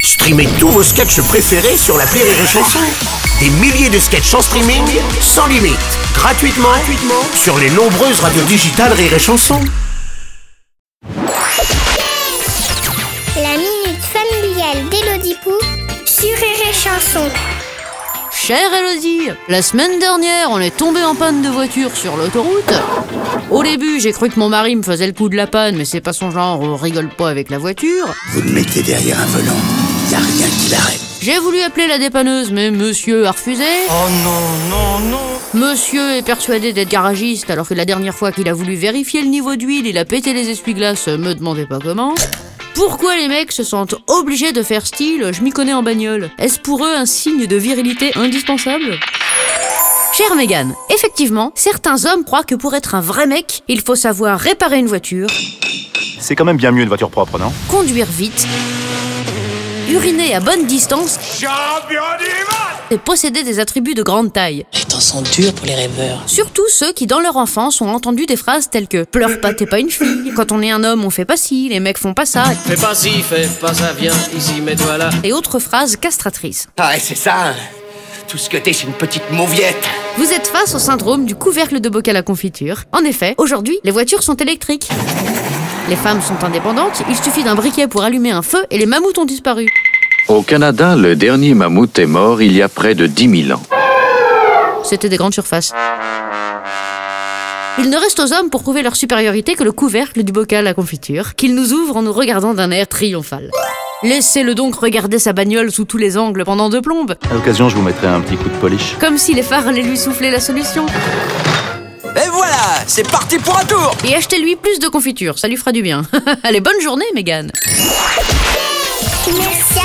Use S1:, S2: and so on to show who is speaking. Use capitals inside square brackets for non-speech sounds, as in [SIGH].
S1: Streamez tous vos sketchs préférés sur la Rire et Chanson. Des milliers de sketchs en streaming, sans limite, gratuitement, gratuitement sur les nombreuses radios digitales Rire et Chanson.
S2: La minute familiale d'Élodie Pou sur Rire et Chanson.
S3: Chère Elodie, la semaine dernière, on est tombé en panne de voiture sur l'autoroute. Au début, j'ai cru que mon mari me faisait le coup de la panne, mais c'est pas son genre, on rigole pas avec la voiture.
S4: Vous le mettez derrière un volant, y a rien qui l'arrête.
S3: J'ai voulu appeler la dépanneuse, mais monsieur a refusé.
S5: Oh non, non, non
S3: Monsieur est persuadé d'être garagiste, alors que la dernière fois qu'il a voulu vérifier le niveau d'huile, il a pété les essuie-glaces, me demandez pas comment. Pourquoi les mecs se sentent obligés de faire style Je m'y connais en bagnole. Est-ce pour eux un signe de virilité indispensable Cher Megan, effectivement, certains hommes croient que pour être un vrai mec, il faut savoir réparer une voiture,
S6: C'est quand même bien mieux une voiture propre, non
S3: conduire vite, uriner à bonne distance
S5: Champion du monde
S3: et posséder des attributs de grande taille.
S7: Les temps sont durs pour les rêveurs.
S3: Surtout ceux qui, dans leur enfance, ont entendu des phrases telles que Pleure pas, t'es pas une fille. Quand on est un homme, on fait pas ci, les mecs font pas ça.
S8: Fais pas ci, fais pas ça, viens ici, mets-toi là.
S3: Et autres phrases castratrices.
S4: Ah, et c'est ça. Tout ce que t'es, c'est une petite mauviette.
S3: Vous êtes face au syndrome du couvercle de bocal à confiture. En effet, aujourd'hui, les voitures sont électriques. Les femmes sont indépendantes, il suffit d'un briquet pour allumer un feu et les mammouths ont disparu.
S9: Au Canada, le dernier mammouth est mort il y a près de 10 000 ans.
S3: C'était des grandes surfaces. Il ne reste aux hommes pour prouver leur supériorité que le couvercle du bocal à confiture, qu'ils nous ouvrent en nous regardant d'un air triomphal. Laissez-le donc regarder sa bagnole sous tous les angles pendant deux plombes,
S6: À l'occasion, je vous mettrai un petit coup de polish.
S3: comme si les phares allaient lui souffler la solution.
S4: Et voilà, c'est parti pour un tour.
S3: Et achetez-lui [LAUGHS] plus de confiture, ça lui fera du bien. Allez, bonne journée, Mégane
S2: Merci